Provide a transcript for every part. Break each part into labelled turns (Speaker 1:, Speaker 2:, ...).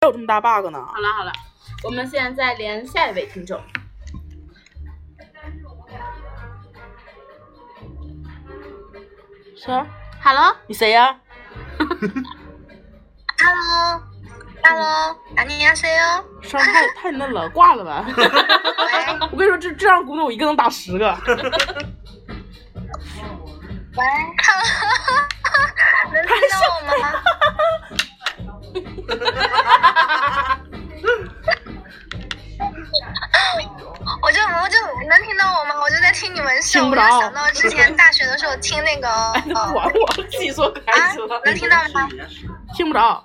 Speaker 1: 还有这么大 bug 呢？
Speaker 2: 好了好了，我们现在连下一位听众。
Speaker 1: 谁？
Speaker 2: Hello，
Speaker 1: 你谁呀、
Speaker 3: Hello。Hello，안녕하세요。
Speaker 1: 声儿太太嫩了，挂了 吧。
Speaker 3: 喂
Speaker 1: 我跟你说，这这样姑娘我一个能打十 个。
Speaker 3: 喂，Hello，能听到我吗？ 我就我就能听到我吗？我就在听你们秀，
Speaker 1: 听不
Speaker 3: 我
Speaker 1: 着
Speaker 3: 就想到之前大学的时候听那 个，
Speaker 1: 哎，那
Speaker 3: 呃
Speaker 1: 管我，自己说开心了
Speaker 3: 啊，能听到吗？
Speaker 1: 听不着。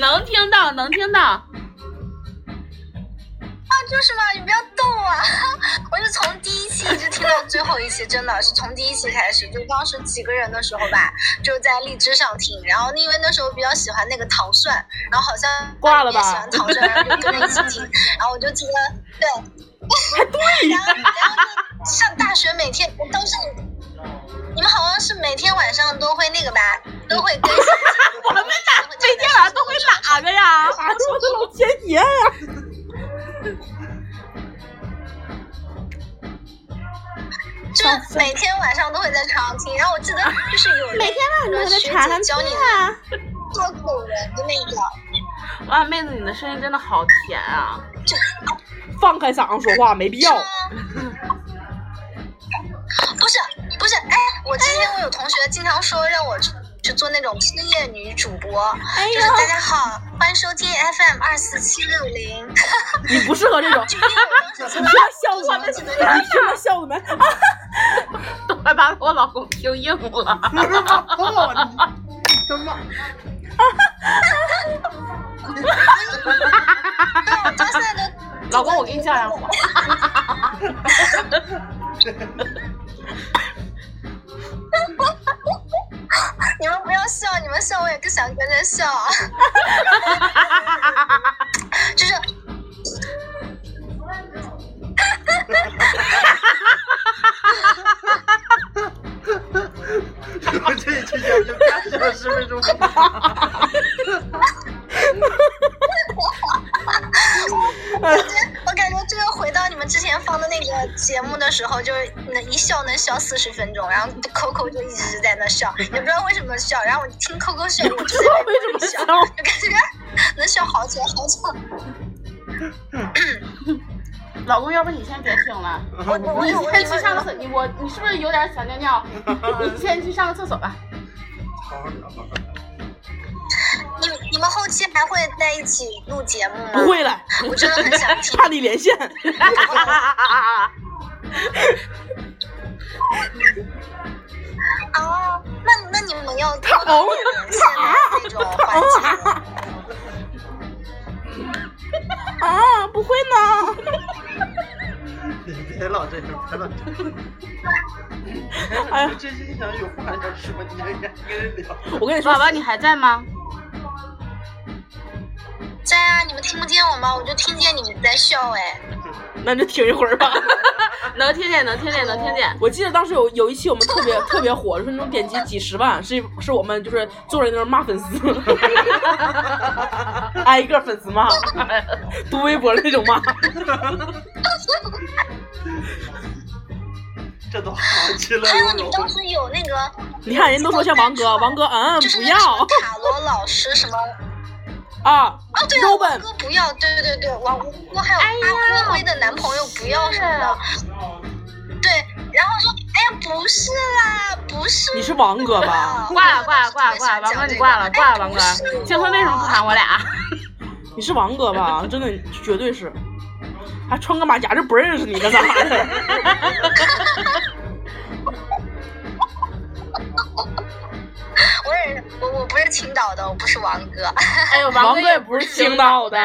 Speaker 2: 能听到能听到，
Speaker 3: 啊，就是嘛，你不要逗我、啊！ 我是从第一期一直听到最后一期，真的是从第一期开始，就当时几个人的时候吧，就在荔枝上听，然后因为那时候比较喜欢那个糖蒜，然后好像
Speaker 1: 挂了吧
Speaker 3: 也喜欢糖蒜，然后就跟着一起听， 然后我就记得对，
Speaker 1: 哎
Speaker 3: 对，然后然后就上大学每天都是你们好像是每天晚上都会那个吧，都会 更新，我们哪每天晚上都会
Speaker 2: 哪个呀？
Speaker 1: 哎呦我的老天 爷呀！
Speaker 3: 就是每天晚上都会在床上听，然后我记 得就是有人
Speaker 2: 每天晚上都在床上
Speaker 3: 学姐教你
Speaker 2: 听啊。
Speaker 3: 做古人的那个，
Speaker 2: 哇，妹子，你的声音真的好甜啊！
Speaker 1: 放开嗓子说话没必 要。
Speaker 3: 不是不是，哎，我之前我有同学经常说让我去去做那种深夜女主播，
Speaker 2: 哎
Speaker 3: 就是大家好，欢迎收听 FM 二四七六零，
Speaker 1: 你不适合这种。
Speaker 3: 就因为我当
Speaker 1: 你不要笑我们，
Speaker 3: 时经常我
Speaker 1: 你
Speaker 3: 记得那个
Speaker 1: 听他笑我们啊！
Speaker 2: 都快把我老公听硬了。
Speaker 3: 对，我到现在都
Speaker 2: 老公，我给你叫两火。
Speaker 3: 你们不要笑，你们笑我也不想跟 着笑啊。就是，
Speaker 4: 我 这一期节目就干笑十分钟。
Speaker 3: 我感觉这个回到你们之前放的那个节目的时候，就是能一笑能笑四十分钟，然后 Coco 就一直在那 笑，也不知道为什么笑，然后我听 Coco 笑，我就在那
Speaker 1: 为什么
Speaker 3: 笑，
Speaker 1: 笑？
Speaker 3: 就感觉能笑好久好久。
Speaker 2: 老公，要不你先别听了，
Speaker 3: 我我
Speaker 2: 你
Speaker 3: 我
Speaker 2: 先去上个厕，你我你是不是有点想尿 尿？你先去上个厕所 吧。
Speaker 3: 你们你们后期还会在一起录节目吗？
Speaker 1: 不，会了，
Speaker 3: 我真的很 想听。
Speaker 1: 怕你连线。
Speaker 3: 哦，那那你们要多
Speaker 1: 他
Speaker 3: 多
Speaker 1: 嗷
Speaker 3: 连线的那种环节
Speaker 1: 哦
Speaker 3: 吗。
Speaker 1: 啊，不会呢。
Speaker 4: 你别老这样，别老这样。
Speaker 1: 哎呀
Speaker 4: 我真心想有话想说，你应该跟人聊。
Speaker 1: 我跟你说
Speaker 2: 宝，宝，你还在吗？
Speaker 3: 在啊，你们听不见我吗？我就听见你们在 笑哎。
Speaker 1: 那你就听一会 儿吧。
Speaker 2: 能听见，能听见，能听见。
Speaker 1: 我记得当时有有一期我们特别特别火，就是那种点击几十万，是是我们就是坐在那儿骂粉 丝，挨个粉丝骂，读微博那种骂。
Speaker 4: 这都好极了
Speaker 3: 还有
Speaker 4: 雍
Speaker 3: 你们。
Speaker 4: 容
Speaker 3: 当时有那个，
Speaker 1: 你看人都说像王哥，王哥嗯
Speaker 3: 就是
Speaker 1: 不
Speaker 3: 那个什么
Speaker 1: 要
Speaker 3: 塔罗老师什么。
Speaker 1: 啊
Speaker 3: 哦，对啊，王
Speaker 1: ，Robin 哎
Speaker 3: 哥不要，对对对，王我还有阿辉辉的男朋友不要什么的，对，然后说，哎呀，不是啦，不是，
Speaker 1: 你是王哥吧？
Speaker 3: 啊
Speaker 2: 挂了，挂了，挂了，挂了，王哥，你挂了，挂了，
Speaker 3: 哎
Speaker 2: 王哥。幸亏为什么不喊我俩？
Speaker 1: 你是王哥吧？真的绝对是，还穿个马甲，这不认识你的咋的？
Speaker 3: 我也我我不是青岛的，我不是王
Speaker 1: 哦
Speaker 3: 哥，
Speaker 2: 哎呦，
Speaker 1: 王
Speaker 2: 哥
Speaker 1: 哥也不是青岛的，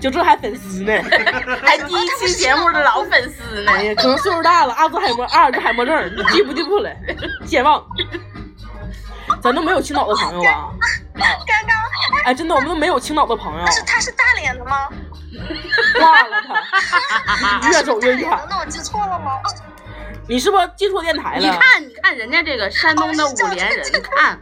Speaker 1: 就这还粉丝呢。
Speaker 2: 还第一期节目的老粉丝 呢。
Speaker 1: 哎呀，可能岁数大 了，阿兹海默阿尔兹海默症儿，你记不记不了， 健忘。咱都没有青岛的朋友啊！
Speaker 3: 刚刚
Speaker 1: 哎，真的，我们都没有青岛的朋友
Speaker 3: 但，是他是大连的吗？
Speaker 1: 挂了他，
Speaker 3: 他
Speaker 1: 越
Speaker 3: 是
Speaker 1: 走
Speaker 3: 不是
Speaker 1: 越
Speaker 3: 大连
Speaker 1: 远哦
Speaker 3: 的。，那我记错了吗？
Speaker 1: 你是不是记错电台
Speaker 2: 你
Speaker 1: 了？
Speaker 2: 看，你看人家这
Speaker 3: 哦
Speaker 2: 个山东的五连人，你看，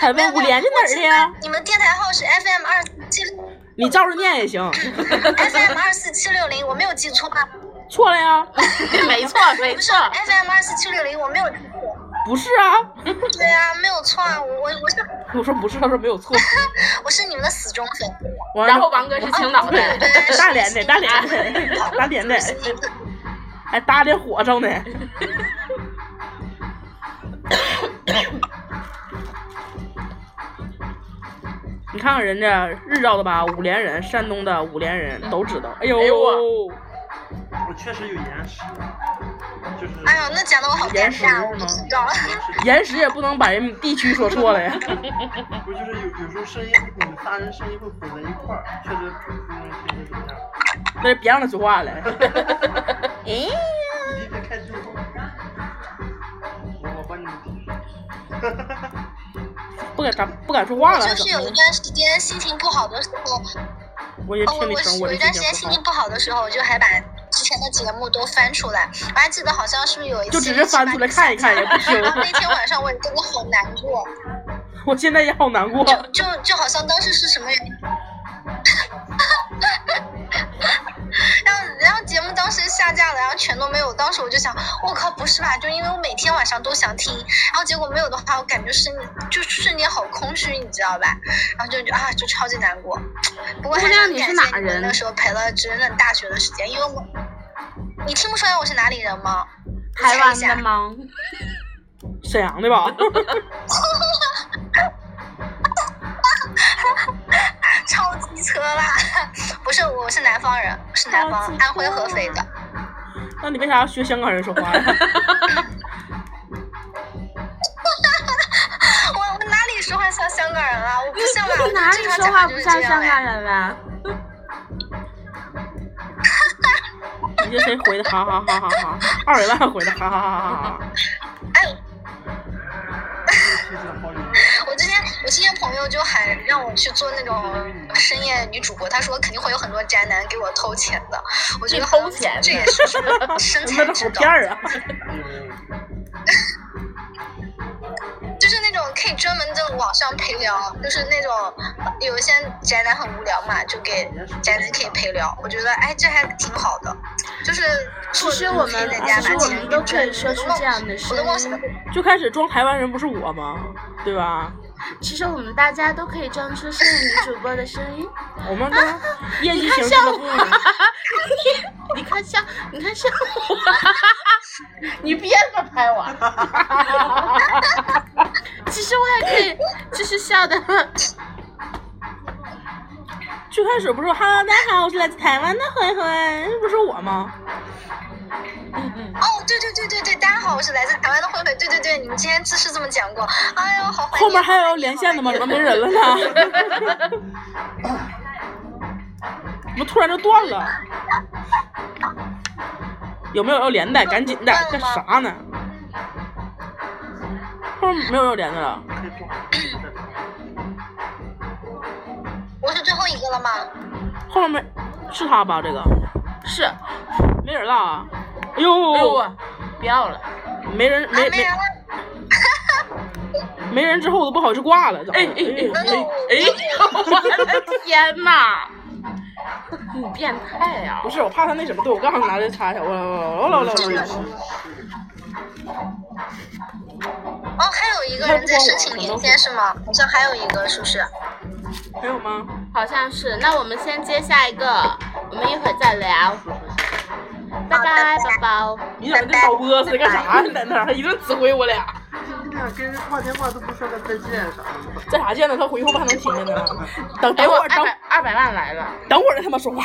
Speaker 1: 还问五连是哪儿的呀？
Speaker 3: 你们电台号是 FM 二七
Speaker 1: 你照着念也行。
Speaker 3: FM 二四七六零，我没有记错吧？
Speaker 1: 错了呀？
Speaker 2: 没错没
Speaker 3: 不是
Speaker 2: 错，
Speaker 3: FM 二四七六零，我没有记错。
Speaker 1: 不是啊。
Speaker 3: 对啊，没有错啊，我我我是
Speaker 1: 我说不是，他说没有错。
Speaker 3: 我是你们的死忠粉。
Speaker 1: 完了
Speaker 2: 然后王哥是青岛的，
Speaker 3: 哦对对对，
Speaker 1: 大连的，大连 的，大连的，还搭的火 着呢。你看看人家日照的吧，五连人，山东的五连人都知道。哎呦，
Speaker 2: 哎呦
Speaker 4: 我确实有延时，就是
Speaker 3: 哎呦，那讲的我好尴
Speaker 1: 延时
Speaker 3: 尬，我
Speaker 1: 吗
Speaker 3: 不知道。
Speaker 1: 延时也不能把人地区说错 了呀。
Speaker 4: 不是就是有有时候声音会混，仨人声音会混在一块儿，确实嗯确实有点儿。
Speaker 1: 那是别让他说话 了。哎，
Speaker 4: 你别开镜头，我我帮你 们。
Speaker 1: 不敢咋不敢说话了
Speaker 3: 我。就是有一段时间心情不好的时候，
Speaker 1: 我也
Speaker 3: 哦，我
Speaker 1: 听没
Speaker 3: 我
Speaker 1: 声，
Speaker 3: 有
Speaker 1: 这
Speaker 3: 一
Speaker 1: 心
Speaker 3: 段时间心
Speaker 1: 情
Speaker 3: 情不好的时候，我就还把之前的节目都翻出来，我还记得好像是不是有一
Speaker 1: 就
Speaker 3: 次
Speaker 1: 只是翻出来看一看也不听
Speaker 3: 然后那天晚上我也真的好难过，
Speaker 1: 我现在也好难过。
Speaker 3: 就就好像当时是什么原因。 然后，然后节目当时下架了，然后全都没有。当时我就想，我靠，不是吧？就因为我每天晚上都想听，然后结果没有的话，我感觉瞬就瞬间好空虚，你知道吧？然后就就啊，就超级难过。不过还是很感谢你们那时候陪了整整大学的时间，因为我你听不出来我是哪里人吗？你猜
Speaker 2: 台
Speaker 3: 一
Speaker 2: 湾
Speaker 3: 下
Speaker 2: 的吗？
Speaker 1: 沈阳的吧？
Speaker 3: 超级车啦！ 不是，我是南方人，我是南
Speaker 1: 超
Speaker 3: 方
Speaker 1: 级车
Speaker 3: 安徽合肥的。
Speaker 1: 那你为啥要学香港人说话呀？
Speaker 3: 我 我哪里说话像香港人啊？我不像 吧？
Speaker 2: 你哪里
Speaker 3: 经常
Speaker 2: 说
Speaker 3: 讲
Speaker 2: 话
Speaker 3: 就
Speaker 2: 不
Speaker 3: 是
Speaker 2: 像
Speaker 3: 这
Speaker 2: 香
Speaker 3: 样
Speaker 2: 港
Speaker 3: 哎。
Speaker 2: 人了？
Speaker 1: 你这谁回的哈哈哈哈哈哈？二百万回的哈哈哈哈哈哈。
Speaker 3: 哎，
Speaker 4: 确实好有。
Speaker 3: 我之前我之前朋友就喊让我去做那种深夜女主播，他说肯定会有很多宅男给我偷钱的。我觉得好像
Speaker 2: 偷钱
Speaker 3: 这也是是 不是身
Speaker 1: 你们
Speaker 3: 材
Speaker 1: 这
Speaker 3: 指
Speaker 1: 好
Speaker 3: 导
Speaker 1: 片，儿啊！
Speaker 3: 就是那种可以专门在网上陪聊，就是那种有一些宅男很无聊嘛，就给宅男可以陪聊。我觉得哎，这还挺好的，就是
Speaker 2: 其
Speaker 3: 做
Speaker 2: 实我们
Speaker 3: 在家
Speaker 2: 其实
Speaker 3: 把
Speaker 2: 我
Speaker 3: 钱
Speaker 2: 们都可以说出这样的
Speaker 3: 我
Speaker 2: 声
Speaker 3: 的梦想
Speaker 2: 音。
Speaker 1: 就开始装台湾人不是我吗？对吧？
Speaker 2: 其实我们大家都可以装出现在女主播的声音。
Speaker 1: 我们的业绩
Speaker 2: 你
Speaker 1: 型
Speaker 2: 看
Speaker 1: 俱
Speaker 2: 像
Speaker 1: 乐部
Speaker 2: 我， 你你看像你看像我，你别他妈拍我。 其实我也可以，就是笑的。
Speaker 1: 最开始不是 “Hello，大家好，我是来自台湾的慧慧”，不是我吗？
Speaker 3: 哦，对对对对对，大家好，我是来自台湾的慧慧。对对对，你们今天是是这么讲过。哎呦，好怀
Speaker 1: 后
Speaker 3: 念。
Speaker 1: 面还有连线的吗？怎么没人了呢？ 怎么突然就断了？有没有要连的？赶紧的，干啥呢？后面没有要连的了，
Speaker 3: 我是最后一个了吗？
Speaker 1: 后面是他吧？这个
Speaker 2: 是，哎
Speaker 1: 没人了啊。哎呦，
Speaker 2: 呦啊我不要了。
Speaker 1: 没人，
Speaker 3: 啊，
Speaker 1: 没
Speaker 3: 没
Speaker 1: 没
Speaker 3: 人了。
Speaker 1: 没人之后我都不好意思挂了，咋的？
Speaker 2: 哎哎哎
Speaker 3: 等等我，
Speaker 2: 哎呦我
Speaker 1: 哎
Speaker 2: 的哎天哪！ 你变态啊呀、
Speaker 1: 不是，我怕他那什么，对我刚拿着擦一下，我我我我
Speaker 4: 嗯
Speaker 1: 我
Speaker 3: 哦，还有一个人在申请连线是吗？好像还有一个，是不是？
Speaker 1: 我，还有吗？
Speaker 2: 好像是。那我们先接下一个，我们一会儿再聊。拜拜，宝宝。
Speaker 1: 你咋跟导播似的？干啥？你在那儿一顿指挥我俩，
Speaker 4: 你俩跟人挂电话都不说个再见啥的，
Speaker 1: 这啥见呢？他回复不还能听见呢？等
Speaker 2: 哎，
Speaker 1: 等
Speaker 2: 我
Speaker 1: 会儿，
Speaker 2: 二
Speaker 1: 等
Speaker 2: 百二百万来了。
Speaker 1: 等会儿再他妈说话。